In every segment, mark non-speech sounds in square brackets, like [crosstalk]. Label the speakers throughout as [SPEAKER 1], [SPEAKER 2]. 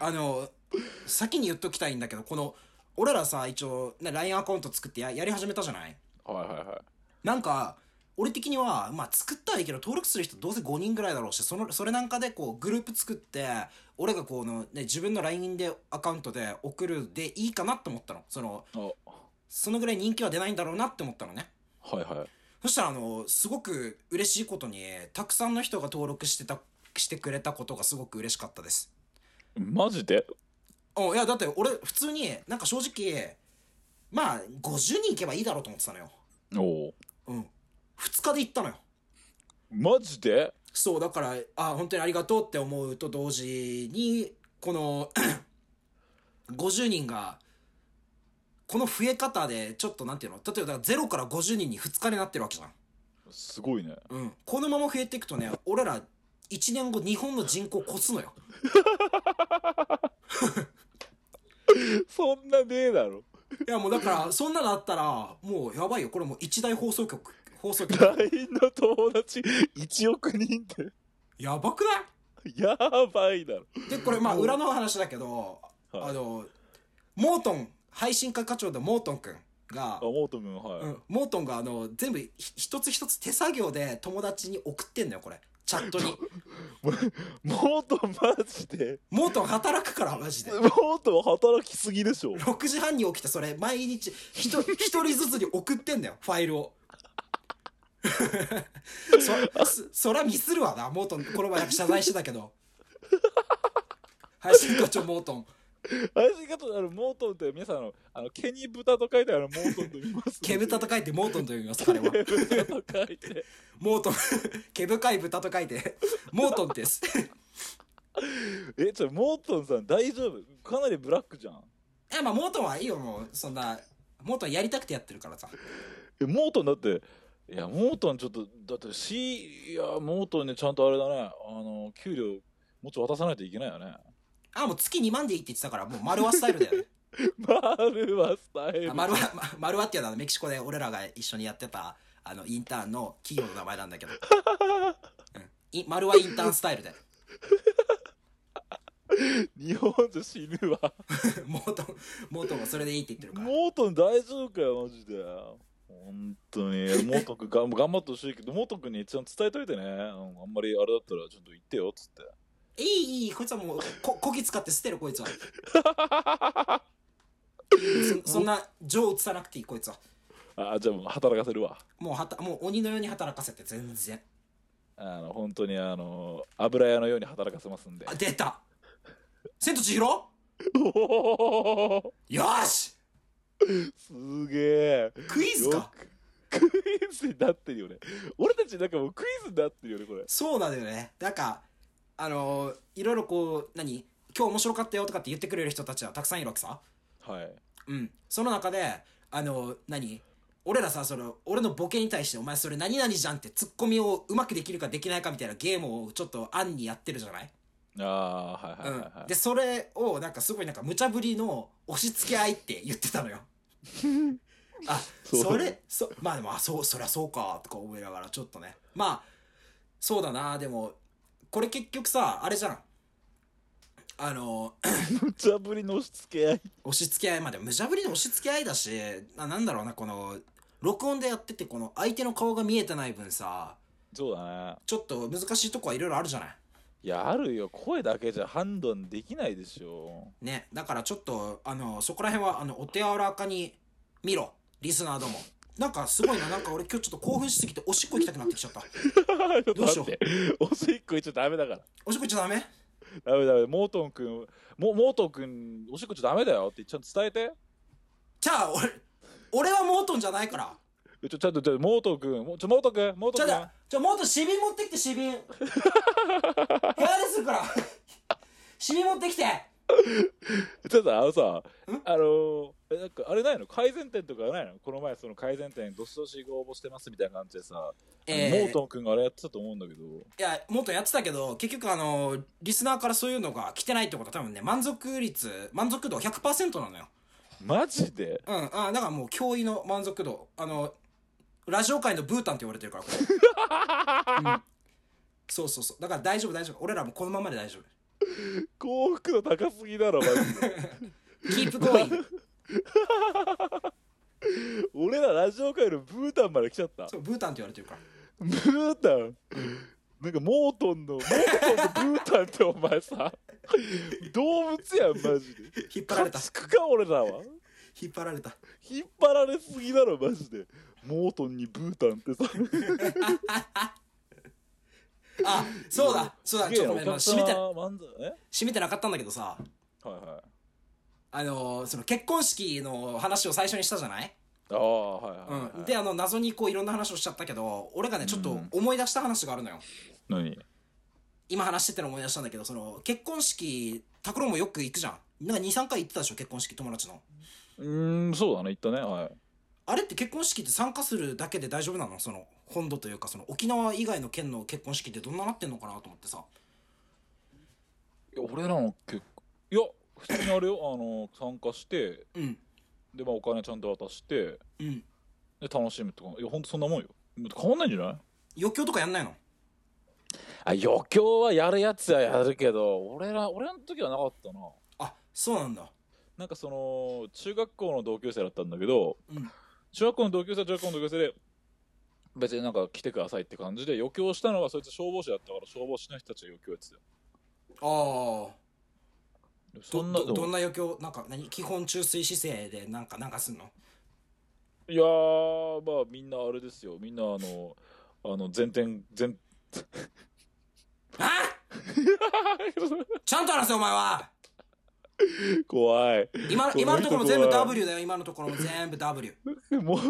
[SPEAKER 1] あの、先に言っときたいんだけど、この、俺らさ、一応、ね、LINE アカウント作ってややり始めたじゃない
[SPEAKER 2] はいはいはい。
[SPEAKER 1] なんか、俺的には、まあ、作ったらいいけど、登録する人どうせ5人ぐらいだろうし、その、それなんかで、こう、グループ作って、俺がこうの、ね、自分の LINE で、アカウントで送るでいいかなって思ったの。その、
[SPEAKER 2] お
[SPEAKER 1] そのぐらい人気は出ないんだろうなって思ったのね。
[SPEAKER 2] はいはい。
[SPEAKER 1] そしたら、あの、すごく嬉しいことに、たくさんの人が登録してた、してくれたことがすごく嬉しかったです。
[SPEAKER 2] マジで
[SPEAKER 1] おいや、だって俺、普通に、なんか正直、まあ、50人行けばいいだろうと思ってたのよ。
[SPEAKER 2] おお。
[SPEAKER 1] うん。2日で行ったのよ。
[SPEAKER 2] マジで
[SPEAKER 1] そう、だから、あ、本当にありがとうって思うと同時に、この、50人が、この増え方で、ちょっとなんていうの例えば、0から50人に2日になってるわけじゃん。
[SPEAKER 2] すごいね。
[SPEAKER 1] うん。このまま増えていくとね、俺ら、1年後日本の人口越すのよ。
[SPEAKER 2] そんなねえだろ。
[SPEAKER 1] いや、もうだから、そんなのあったら、もうやばいよ。これもう一大放送局、放送局。
[SPEAKER 2] LINE の友達1億人って、
[SPEAKER 1] やばくない
[SPEAKER 2] やばいだろ。
[SPEAKER 1] で、これ、まあ、裏の話だけど、
[SPEAKER 2] はい
[SPEAKER 1] あの、モートン、配信課課長のモートンくんが
[SPEAKER 2] あ、、モート君、はい。
[SPEAKER 1] うん、モートンが、あの、全部ひ、一つ一つ手作業で友達に送ってんのよ、これ。チャット
[SPEAKER 2] [laughs]
[SPEAKER 1] に。
[SPEAKER 2] モートマジで、
[SPEAKER 1] モートン働くから、マジで。
[SPEAKER 2] モート働きすぎでしょ。
[SPEAKER 1] 6時半に起きて、それ、毎日、ひと、 [laughs] 一人ずつに送ってんだよ、ファイルを。 [laughs] そ、そ、そらミスるわな、モートン。この前謝罪してたけ
[SPEAKER 2] [laughs]
[SPEAKER 1] ど。配信課長、モートン。
[SPEAKER 2] あれしかと、あの、モートンって皆さん、あの、あの毛に豚と書いてあるモートンと言い [laughs] ます、
[SPEAKER 1] 毛豚と書いてモートンというよ、彼は。
[SPEAKER 2] 毛豚と書いて。
[SPEAKER 1] モートン、 [laughs] 毛深い豚と書いて、モートンです。
[SPEAKER 2] [laughs]
[SPEAKER 1] [laughs]
[SPEAKER 2] え、ちょ、モートンさん大丈夫かなりブラックじゃん。
[SPEAKER 1] いや、まあ、モートンはいいよ、もう、そんな、モートンやりたくてやってるからさ。
[SPEAKER 2] え、モートンだって、いや、モートンちょっと、だって、し、いや、モートンね、ちゃんとあれだね、あの、給料、もうちょい渡さないといけないよね。
[SPEAKER 1] あ、もう月2万でいいって言ってたから、もう、丸和スタイルだよね。
[SPEAKER 2] 丸はスタイル
[SPEAKER 1] あ。丸和、ま丸和っていうのは、メキシコで俺らが一緒にやってた、あの、インターンの企業の名前なんだけど。うんい丸和インターンスタイルだよ。
[SPEAKER 2] 日本じゃ死ぬわ。
[SPEAKER 1] [laughs] モートン、モートンはそれでいいって言ってるから。
[SPEAKER 2] モートン大丈夫かよ、マジで。本当に、モートン君がん頑張ってほしいけど、モートン君に一応伝えといてね。うんあんまりあれだったら、ちょっと言ってよ、っつって。
[SPEAKER 1] いい、いい、こいつはもう、こ、こき使って捨てる、こいつは。そそんな、情を移さなくていい、こいつは。
[SPEAKER 2] あじゃあもう働かせるわ。
[SPEAKER 1] もうはた、もう鬼のように働かせて、全然。
[SPEAKER 2] あの、本当に、あの、油屋のように働かせますん
[SPEAKER 1] [laughs]
[SPEAKER 2] で
[SPEAKER 1] あ、。出た千と千尋
[SPEAKER 2] おー
[SPEAKER 1] よし
[SPEAKER 2] すげえ。
[SPEAKER 1] クイズ
[SPEAKER 2] よ
[SPEAKER 1] か
[SPEAKER 2] くクイズになってるよね。俺たちなんかもうクイズになってるよね、これ。
[SPEAKER 1] そうなんだよね。なんか、あのーいろいろこう、何今日面白かったよとかって言ってくれる人たちはたくさんいるわけさ。
[SPEAKER 2] はい。
[SPEAKER 1] うん。その中で、あのー何俺らさ、その、俺のボケに対して、お前それ何々じゃんってツッコミをうまくできるかできないかみたいなゲームをちょっと案にやってるじゃない
[SPEAKER 2] ああー、
[SPEAKER 1] う
[SPEAKER 2] はいはいはい
[SPEAKER 1] ん
[SPEAKER 2] は。い
[SPEAKER 1] で、。それを、なんかすごいなんか無茶ぶりの押し付け合いって言ってたの
[SPEAKER 2] [laughs]
[SPEAKER 1] よ。あ、
[SPEAKER 2] そう
[SPEAKER 1] それ、そ、まあでも、あ、そう、そりゃそうか、とか思いながら、ちょっとね。まあ、そうだな、でも、これ結局さ、あれじゃん。あの、 [clears throat]
[SPEAKER 2] 無茶ぶりの押し付け合い。
[SPEAKER 1] 押し付け合いまで、無茶ぶりの押し付け合いだし、ななんだろうな、この、録音でやってて、この相手の顔が見えてない分さ、
[SPEAKER 2] そうだね。
[SPEAKER 1] ちょっと難しいとこはいろいろあるじゃない
[SPEAKER 2] いや、あるよ。声だけじゃ判断できないでしょ。
[SPEAKER 1] ね、だからちょっと、あの、そこら辺は、あの、お手柔らかに見ろ、リスナーども。なんかすごいな、なんか俺今日ちょっと興奮しすぎておしっこ行きたくなってきちゃった。
[SPEAKER 2] ちょっ
[SPEAKER 1] [laughs]
[SPEAKER 2] と
[SPEAKER 1] どうし
[SPEAKER 2] 待
[SPEAKER 1] よう
[SPEAKER 2] って。おしっこ行っちゃダメだから。
[SPEAKER 1] おしっこ行っちゃダメ
[SPEAKER 2] ダメダメ。モートンくん、モモートンくん、おしっこ行っちゃダメだよってちゃんと伝えて。
[SPEAKER 1] じゃあ、俺、俺はモートンじゃないから。
[SPEAKER 2] えちょ、ちょっと、ちょ、モートンくん、もうちょ、モートンくん、モー
[SPEAKER 1] じ
[SPEAKER 2] ト
[SPEAKER 1] ゃあ、じ
[SPEAKER 2] ンくん
[SPEAKER 1] ゃ。あ、じゃあモートン、シビン持ってきて、シビン。
[SPEAKER 2] [laughs]
[SPEAKER 1] 部屋ですから。シビン持ってきて。
[SPEAKER 2] ちょっと、あのさ、あのー、え、なんか、あれないの改善点とかないのこの前、その改善点、どしどしご応募してますみたいな感じでさ、
[SPEAKER 1] えー
[SPEAKER 2] モートンくんがあれやってたと思うんだけど、
[SPEAKER 1] いや、モートンやってたけど、結局あの、リスナーからそういうのが来てないってことは多分ね、満足率、満足度100%なのよ。
[SPEAKER 2] マジで
[SPEAKER 1] うん、あだからもう驚異の満足度。あの、ラジオ界のブータンって言われてるから、こ
[SPEAKER 2] [laughs]
[SPEAKER 1] れ。うんそうそうそう。だから大丈夫大丈夫。俺らもこのままで大丈夫。
[SPEAKER 2] 幸福度高すぎだろマジで
[SPEAKER 1] [laughs] キープコイ
[SPEAKER 2] [laughs]
[SPEAKER 1] ン
[SPEAKER 2] 俺らラジオ界のブータンまで来ちゃった
[SPEAKER 1] そうブータンって言われてるから
[SPEAKER 2] ブータンなんかモートンのモートンのブータンってお前さ動物やんマジで
[SPEAKER 1] 引っ張ら
[SPEAKER 2] 家
[SPEAKER 1] れた
[SPEAKER 2] 畜か俺らは
[SPEAKER 1] 引っ張られた
[SPEAKER 2] 引っ張られすぎだろマジでモートンにブータンってさ
[SPEAKER 1] あそうだそうだ
[SPEAKER 2] すげえ
[SPEAKER 1] ちょっと
[SPEAKER 2] お
[SPEAKER 1] ごめん
[SPEAKER 2] 客
[SPEAKER 1] 閉めて
[SPEAKER 2] 様満足え
[SPEAKER 1] 閉めてなかったんだけどさ
[SPEAKER 2] はいはい
[SPEAKER 1] あのーその結婚式の話を最初にしたじゃない、
[SPEAKER 2] ああはいはいはい、
[SPEAKER 1] うん、であの謎にこういろんな話をしちゃったけど俺がねちょっと思い出した話があるのよ、
[SPEAKER 2] 何
[SPEAKER 1] 今話してての思い出したんだけどその結婚式拓郎もよく行くじゃんなんか23回行ってたでしょ結婚式友達の
[SPEAKER 2] うーんそうだね言ったねはい
[SPEAKER 1] あれって結婚式って参加するだけで大丈夫なのその本土というかその沖縄以外の県の結婚式ってどんななってんのかなと思ってさ
[SPEAKER 2] いや俺らの結構いや普通にあれよ [laughs] あの参加して
[SPEAKER 1] うん
[SPEAKER 2] でまあお金ちゃんと渡して
[SPEAKER 1] うん
[SPEAKER 2] で楽しむとかいやほんとそんなもんよ変わんないんじゃない
[SPEAKER 1] 余興とかやんないの
[SPEAKER 2] あ余興はやるやつはやるけど俺ら俺の時はなかったな
[SPEAKER 1] あそうなんだ
[SPEAKER 2] なんかその中学校の同級生だったんだけど
[SPEAKER 1] うん
[SPEAKER 2] 中学校の同級生は中学校の同級生で別になんか来てくださいって感じで余興したのはそいつ消防士だったから消防士の人たちが余興やってたよ
[SPEAKER 1] ああ
[SPEAKER 2] でもそ
[SPEAKER 1] ど
[SPEAKER 2] んな
[SPEAKER 1] ど
[SPEAKER 2] で
[SPEAKER 1] どん
[SPEAKER 2] も
[SPEAKER 1] な余興なんか何基本注水姿勢でなんかなんかすんの
[SPEAKER 2] いやーまあみんなあれですよみんなあのあの前転前
[SPEAKER 1] [laughs] あちゃんと話せお前は
[SPEAKER 2] 怖い
[SPEAKER 1] 今の
[SPEAKER 2] この人
[SPEAKER 1] 今のところ全部
[SPEAKER 2] 怖い
[SPEAKER 1] W だよ今のところも全部 W
[SPEAKER 2] もう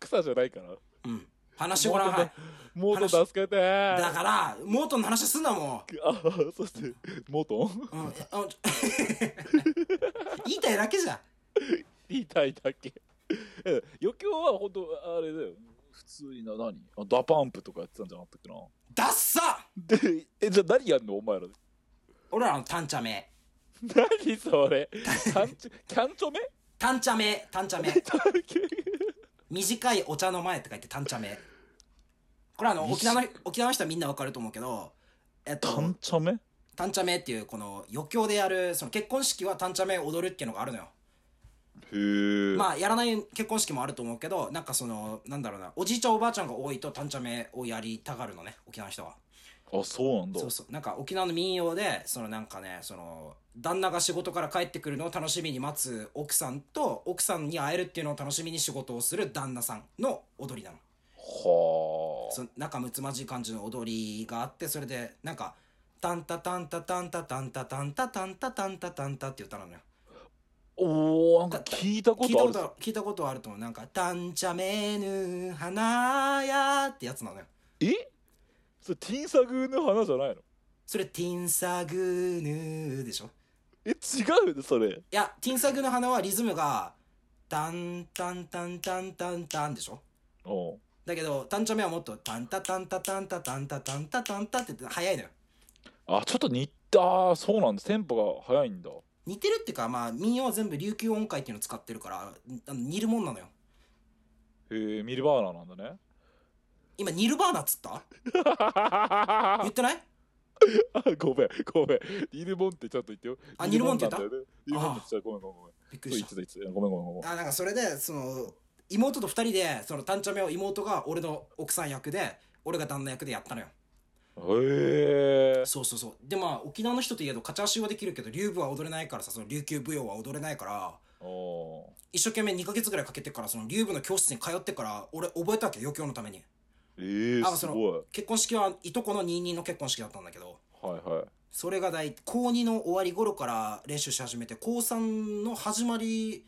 [SPEAKER 2] 草じゃないから
[SPEAKER 1] うん話してごらんはい
[SPEAKER 2] モートン助けて
[SPEAKER 1] だ
[SPEAKER 2] あ
[SPEAKER 1] からモートンの話すんなも
[SPEAKER 2] そしてモートン
[SPEAKER 1] ん、うん、あ [laughs] の言いたいだけじゃん
[SPEAKER 2] 言いたいだけうん余興は本当あれだよ普通にな何あダパンプとかやってたんじゃなかったっけな
[SPEAKER 1] ダッサ
[SPEAKER 2] でえじゃあ何やんのお前らで
[SPEAKER 1] 俺らのタンチャメ
[SPEAKER 2] 何それキャンチョキャンチョメ
[SPEAKER 1] タンチャメタンチャメ短いお茶の前って書いてタンチャメこれあの沖縄の沖縄の人はみんなわかると思うけどえっ
[SPEAKER 2] キャ
[SPEAKER 1] と
[SPEAKER 2] ンチョメ
[SPEAKER 1] タンチャメっていうこの余興でやるその結婚式はタンチャメ踊るっていうのがあるのよ
[SPEAKER 2] へえ
[SPEAKER 1] まあやらない結婚式もあると思うけどなんかそのなんだろうなおじいちゃんおばあちゃんが多いとタンチャメをやりたがるのね沖縄の人は
[SPEAKER 2] あそうなんだ
[SPEAKER 1] そうそうなんか沖縄の民謡でそのなんかねその旦那が仕事から帰ってくるのを楽しみに待つ奥さんと奥さんに会えるっていうのを楽しみに仕事をする旦那さんの踊りなの
[SPEAKER 2] はあ
[SPEAKER 1] その仲睦まじい感じの踊りがあってそれでなんか「タンタタンタタンタタンタタンタタンタタンタタンタ」って言ったのよ
[SPEAKER 2] おーなんか聞いたこ
[SPEAKER 1] 聞いた
[SPEAKER 2] とあ
[SPEAKER 1] こ
[SPEAKER 2] る
[SPEAKER 1] とある聞いたことはあると思うなんか「タンチャメーヌ花や」ってやつなのよ
[SPEAKER 2] えそれティンサグーの花じゃないの
[SPEAKER 1] それ「ティンサグーヌー」でしょ
[SPEAKER 2] え違うねそれ
[SPEAKER 1] いや、ティンサグの花はリズムが、タンタンタンタンタンタンでしょ
[SPEAKER 2] お
[SPEAKER 1] だけど、タンチャメはもっと、タンタタンタタンタタンタタンタタンタって言って早いのよ。
[SPEAKER 2] あちょっと似たあーそうなんだテンポが速いんだ
[SPEAKER 1] 似てるっていうか、まあ、民謡は全部琉球音階っていうのを使ってるから、あの似るもんなのよ。
[SPEAKER 2] へえミルバーナーなん
[SPEAKER 1] [laughs]
[SPEAKER 2] だね
[SPEAKER 1] 今、ニルバーナっつった言ってない
[SPEAKER 2] あごめんごめんニルモンってちゃんと言ってよ
[SPEAKER 1] あニルモンって言った
[SPEAKER 2] ニルモンなんだよねニルモンって言ったごめんごめんごめん
[SPEAKER 1] びっく
[SPEAKER 2] そう
[SPEAKER 1] り
[SPEAKER 2] 言
[SPEAKER 1] し
[SPEAKER 2] ってた言ってたごめんごめんごめん
[SPEAKER 1] た。あ、なんかそれで、その、妹と二人で、そのタンチャメを妹が俺の奥さん役で、俺が旦那役でやったのよ。
[SPEAKER 2] へえ
[SPEAKER 1] そうそうそう。で、まあ、沖縄の人といえど、カチャーシーはできるけど、竜舞は踊れないからさ、その琉球舞踊は踊れないから、
[SPEAKER 2] おー
[SPEAKER 1] 一生懸命2ヶ月ぐらいかけてからその竜舞の教室に通ってから俺覚えたわけ余興のために
[SPEAKER 2] えー
[SPEAKER 1] あ
[SPEAKER 2] す
[SPEAKER 1] その
[SPEAKER 2] ごい
[SPEAKER 1] 結婚式はいとこの22の結婚式だったんだけど
[SPEAKER 2] はいはい
[SPEAKER 1] それが大高2の終わり頃から練習し始めて高3の始まり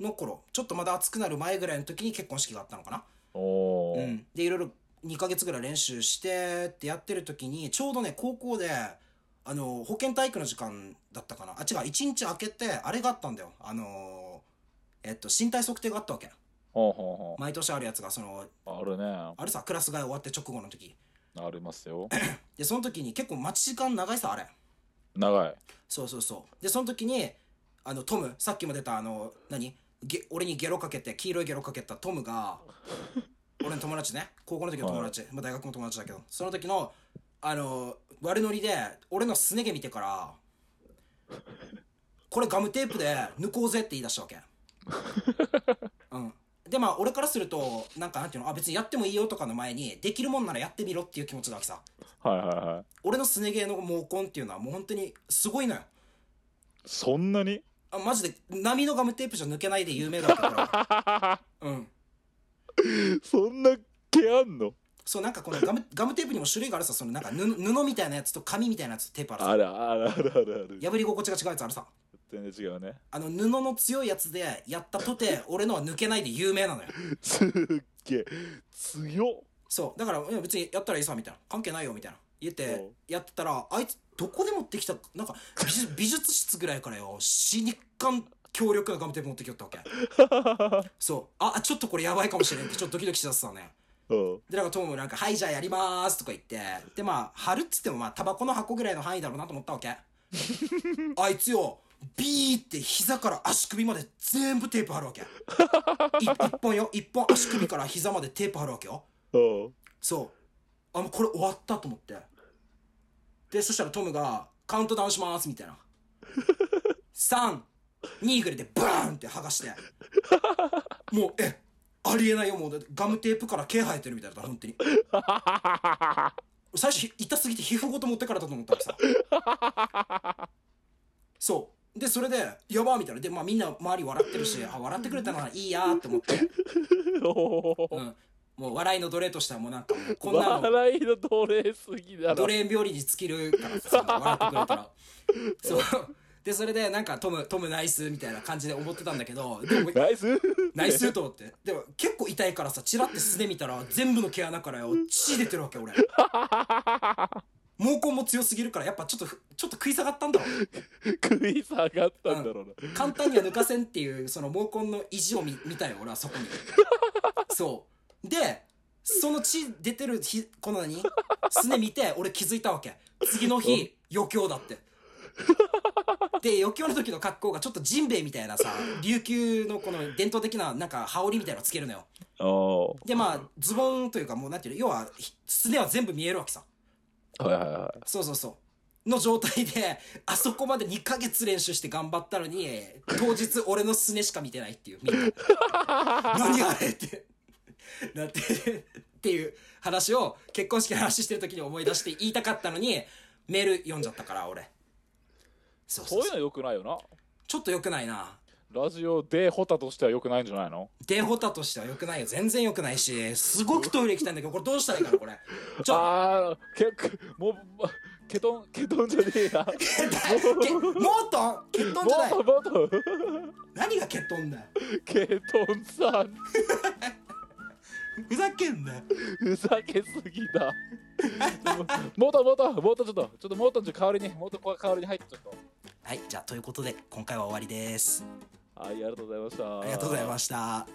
[SPEAKER 1] の頃ちょっとまだ暑くなる前ぐらいの時に結婚式があったのかな、
[SPEAKER 2] お
[SPEAKER 1] う
[SPEAKER 2] ー
[SPEAKER 1] ん、でいろいろ2ヶ月ぐらい練習してってやってる時にちょうどね高校であの保健体育の時間だったかなあ違う1日空けてあれがあったんだよあのえっと身体測定があったわけ
[SPEAKER 2] ほんほんほ
[SPEAKER 1] 毎年あるやつがその
[SPEAKER 2] んあるね
[SPEAKER 1] あれさクラス替え終わって直後の時
[SPEAKER 2] ありますよ
[SPEAKER 1] でその時に結構待ち時間長いさあれ
[SPEAKER 2] 長い
[SPEAKER 1] そうそうそうでその時にあのトムさっきも出たあの何ゲ俺にゲロかけて黄色いゲロかけたトムが俺の友達ね高校の時の友達、まあ、大学の友達だけどその時のあの、悪ノリで、俺のすね毛見てから、これガムテープで抜こうぜって言い出したわけ。うん。で、まあ、俺からすると、なんかなんていうの、あ、別にやってもいいよとかの前に、できるもんならやってみろっていう気持ちだわけさ。
[SPEAKER 2] はいはいはい。
[SPEAKER 1] 俺のすね毛の毛根っていうのはもう本当にすごいのよ。
[SPEAKER 2] そんなに [laughs]
[SPEAKER 1] あ、マジで、波のガムテープじゃ抜けないで有名だったから。うん。
[SPEAKER 2] そんな毛あんの
[SPEAKER 1] そう、なんかこのガム、ガムテープにも種類があるさ、そのなんか布布みたいなやつと紙みたいなやつとテープあるさ
[SPEAKER 2] あ。るあるあるあるある。
[SPEAKER 1] 破り心地が違うやつあるさ。
[SPEAKER 2] 全然違うね。
[SPEAKER 1] あの布の強いやつでやったとて俺のは抜けないで有名なのよ
[SPEAKER 2] すっげえ。強っ。
[SPEAKER 1] そうだからいや別にやったらいいさみたいな関係ないよみたいな言ってやってたらあいつどこで持ってきたなんか美術美術室ぐらいからよ死に感強力なガムテープ持ってきよったわけそうああちょっとこれやばいかもしれんってちょっとドキドキしだってたのね
[SPEAKER 2] うん。
[SPEAKER 1] でなんかトムもなんか「はいじゃあやります」とか言ってでまあ春っつってもまあタバコの箱ぐらいの範囲だろうなと思ったわけあいつよビーって膝から足首まで全部テープ貼るわけい一本よ一本足首から膝までテープ貼るわけよ
[SPEAKER 2] うん。
[SPEAKER 1] そうあもうこれ終わったと思ってでそしたらトムが「カウントダウンします」みたいな32ぐらいでバーンって剥がしてもうえありえないよもうだってガムテープから毛生えてるみたいだった本当に最初痛すぎて皮膚ごと持ってからだと思ったわけさそうでそれで「やば」みたいなで、まあ、みんな周り笑ってるしあ笑ってくれたならいいやーって思って、うん、もう笑いの奴隷としてはもうなんかもうこんなの
[SPEAKER 2] 笑いの奴隷すぎだ
[SPEAKER 1] 奴
[SPEAKER 2] ろ。
[SPEAKER 1] 隷冥利に尽きるからさ笑ってくれたらそうでそれでなんかトムトムナイスみたいな感じで思ってたんだけどでも
[SPEAKER 2] ナイス
[SPEAKER 1] ナイスと思ってでも結構痛いからさチラって素で見たら全部の毛穴からよ血出てるわけ俺毛根も強すぎるからやっぱちょっとふちょっと食い下がったんだろう
[SPEAKER 2] 食い下がったんだろうな。
[SPEAKER 1] 簡単には抜かせんっていうその毛根の意地を見見たよ俺はそこにそうでその血出てる日この何すね見て俺気づいたわけ次の日余興だってで余興の時の格好がちょっとジンベエみたいなさ琉球のこの伝統的ななんか羽織みたいなのつけるのよ
[SPEAKER 2] お
[SPEAKER 1] でまあズボンというかもうなんていうの要はひすねは全部見えるわけさ
[SPEAKER 2] ーはいはいは
[SPEAKER 1] そうそうそうの状態で [laughs] あそこまで2ヶ月練習して頑張ったのに当日俺のすねしか見てないっていうみんな
[SPEAKER 2] [laughs]
[SPEAKER 1] 何あれってなってっていう話を結婚式の話してる時に思い出して言いたかったのにメール読んじゃったから俺そう
[SPEAKER 2] い。
[SPEAKER 1] そ
[SPEAKER 2] そううい
[SPEAKER 1] そう
[SPEAKER 2] の良くないよな。
[SPEAKER 1] ちょっと良くないな
[SPEAKER 2] ラジオでホタとしては良くないんじゃないの
[SPEAKER 1] デホタとしては良くないよ全然良くないしすごくトイレ行きたいんだけどこれどうしたらいいかなこれちょ
[SPEAKER 2] ああ、結構、もう、まケトン、ケトンじゃねえや。
[SPEAKER 1] けモートンケットンじゃない
[SPEAKER 2] ボート、ボート、
[SPEAKER 1] 何がケットンだよ
[SPEAKER 2] ケトンさん、
[SPEAKER 1] ふざけんなよ
[SPEAKER 2] ふざけすぎだ。モート、モート、モート、ちょっと、ちょっとモートンじゃ代わりに、モート代わりに入ってちょっ
[SPEAKER 1] はいじゃあということで今回は終わりです
[SPEAKER 2] と。はい、ありがとうございました。
[SPEAKER 1] ありがとうございました